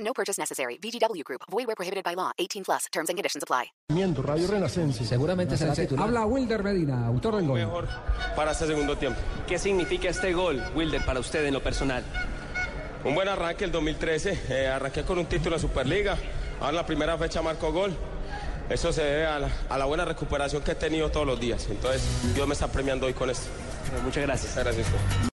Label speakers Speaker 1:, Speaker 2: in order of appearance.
Speaker 1: No purchase necessary. VGW Group. Void where prohibited by law. 18 plus. Terms and conditions apply.
Speaker 2: Miento, Radio Renacencia.
Speaker 3: Seguramente será titular.
Speaker 4: Habla Wilder Medina, autor del gol.
Speaker 5: mejor para este segundo tiempo. ¿Qué significa este gol, Wilder, para usted en lo personal? Un buen arranque el 2013. eh, arranqué con un título en Superliga. Ahora en la primera fecha marcó gol. Eso se debe a la, a la buena recuperación que he tenido todos los días. Entonces, Dios me está premiando hoy con esto.
Speaker 6: Muchas gracias.
Speaker 5: Muchas gracias.